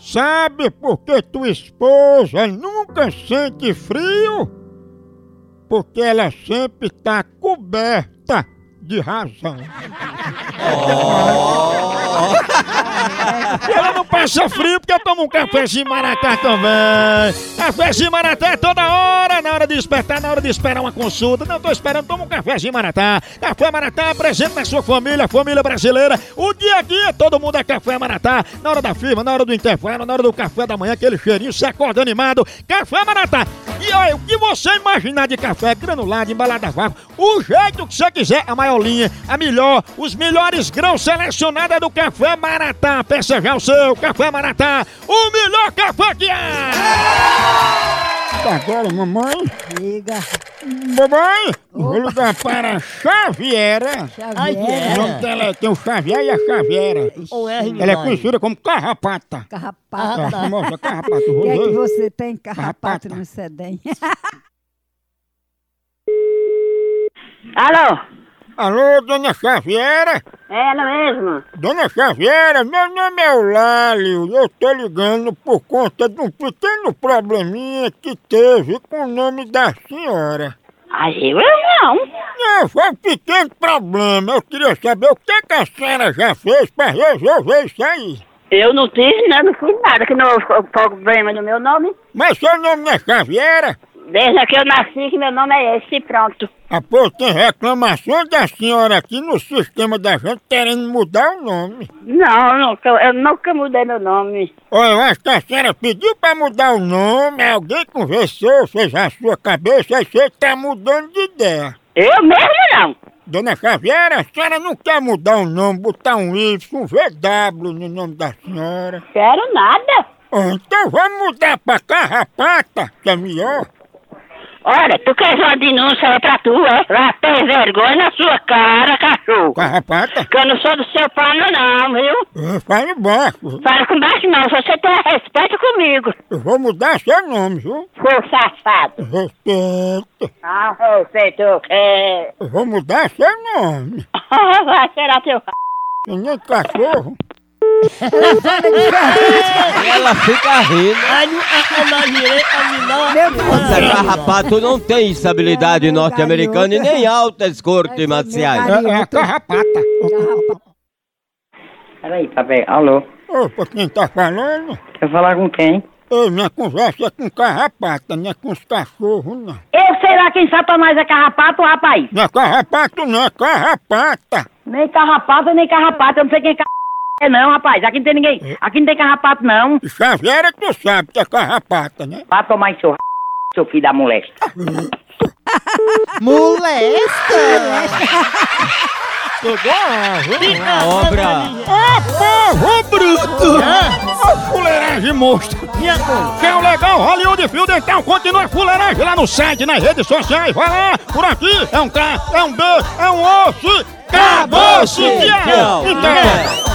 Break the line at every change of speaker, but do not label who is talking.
sabe porque tua esposa nunca sente frio? Porque ela sempre tá coberta de razão. Ela não passa frio porque eu tomo um cafezinho maratá também. Cafezinho maratá é toda hora, na hora de despertar, na hora de esperar uma consulta. Não tô esperando, toma um cafezinho maratá. Café maratá presente na sua família, família brasileira. O dia a dia, todo mundo é café maratá. Na hora da firma, na hora do intervalo, na hora do café da manhã, aquele cheirinho, se acorda animado. Café maratá. E olha, o que você imaginar de café, granulado, embalado a vácuo, o jeito que você quiser, a maior linha, a melhor, os melhores grãos selecionados é do Café Maratá. Peça já o seu Café Maratá, o melhor café que há! Tá Agora, mamãe,
Diga,
mamãe, vou ligar para a Xaviera. O nome
Xavier,
dela é- tem o Xavier e a Xaviera.
Ou é,
Ela é conhecida como Carrapata.
carrapato.
Ah, famosa Carrapata.
O que é que
Rolê.
você tem carrapato
Carrapato.
no sedém?
Alô?
Alô, dona Xaviera?
É ela mesmo?
Dona Xaviera, meu nome é Eulálio e eu tô ligando por conta de um pequeno probleminha que teve com o nome da senhora.
Ai, eu não.
Não, foi um pequeno problema. Eu queria saber o que, que a senhora já fez pra resolver isso aí.
Eu não fiz nada, não fiz nada que não houve problema no meu nome.
Mas seu nome não é Xaviera?
Desde que eu nasci que meu nome é esse, pronto.
Ah, pô, tem reclamação da senhora aqui no sistema da gente querendo mudar o nome.
Não, eu nunca, eu nunca mudei meu nome.
Olha, eu acho que a senhora pediu pra mudar o nome, alguém conversou, fez a sua cabeça, aí você tá mudando de ideia.
Eu mesmo não.
Dona Xaviera, a senhora não quer mudar o nome, botar um Y, um VW no nome da senhora.
Quero nada.
Ah, então vamos mudar pra Carrapata, que é melhor.
Olha, tu queres uma denúncia é pra tu, é? Vai ter vergonha na sua cara, cachorro.
Carrapata?
Que eu não sou do seu pano não, viu?
Ah, Fale embaixo.
Fala com baixo não, se você tem respeito comigo,
Eu vou mudar seu nome, viu?
seu safado.
Respeito.
Ah, respeito. É...
Eu vou mudar seu nome.
Vai, será teu...
Que nem cachorro.
Ela fica rindo.
Ai, não imaginei caminhar.
Meu Deus.
Essa carrapato não tem estabilidade norte-americana e nem altas cortes
É,
marciais.
é a Carrapata.
Carrapato.
Peraí, papai. Alô?
Ô, pra quem tá falando?
Quer falar com quem?
Ei, minha conversa é com Carrapata, não é com os cachorros, não.
Eu sei lá quem satanás é carrapato, rapaz.
Não é Carrapato, não, é Carrapata.
Nem carrapato, nem carrapato. Eu não sei quem car- é não, rapaz. Aqui não tem ninguém. Aqui não tem carrapato, não.
Xaviera, tu sabe que é carrapata, né?
Vá tomar em seu r... seu filho da molesta.
Molesta!
Obra.
Ô, porro bruto! É? Ô, fuleiragem monstro! Que é o legal Hollywood Fio Dental continua fuleiragem lá no site, nas redes sociais, vai lá! Por aqui é um K, é um B, é um osso! Acabou-se!
Acabou-se,
Acabou
tchau.
então,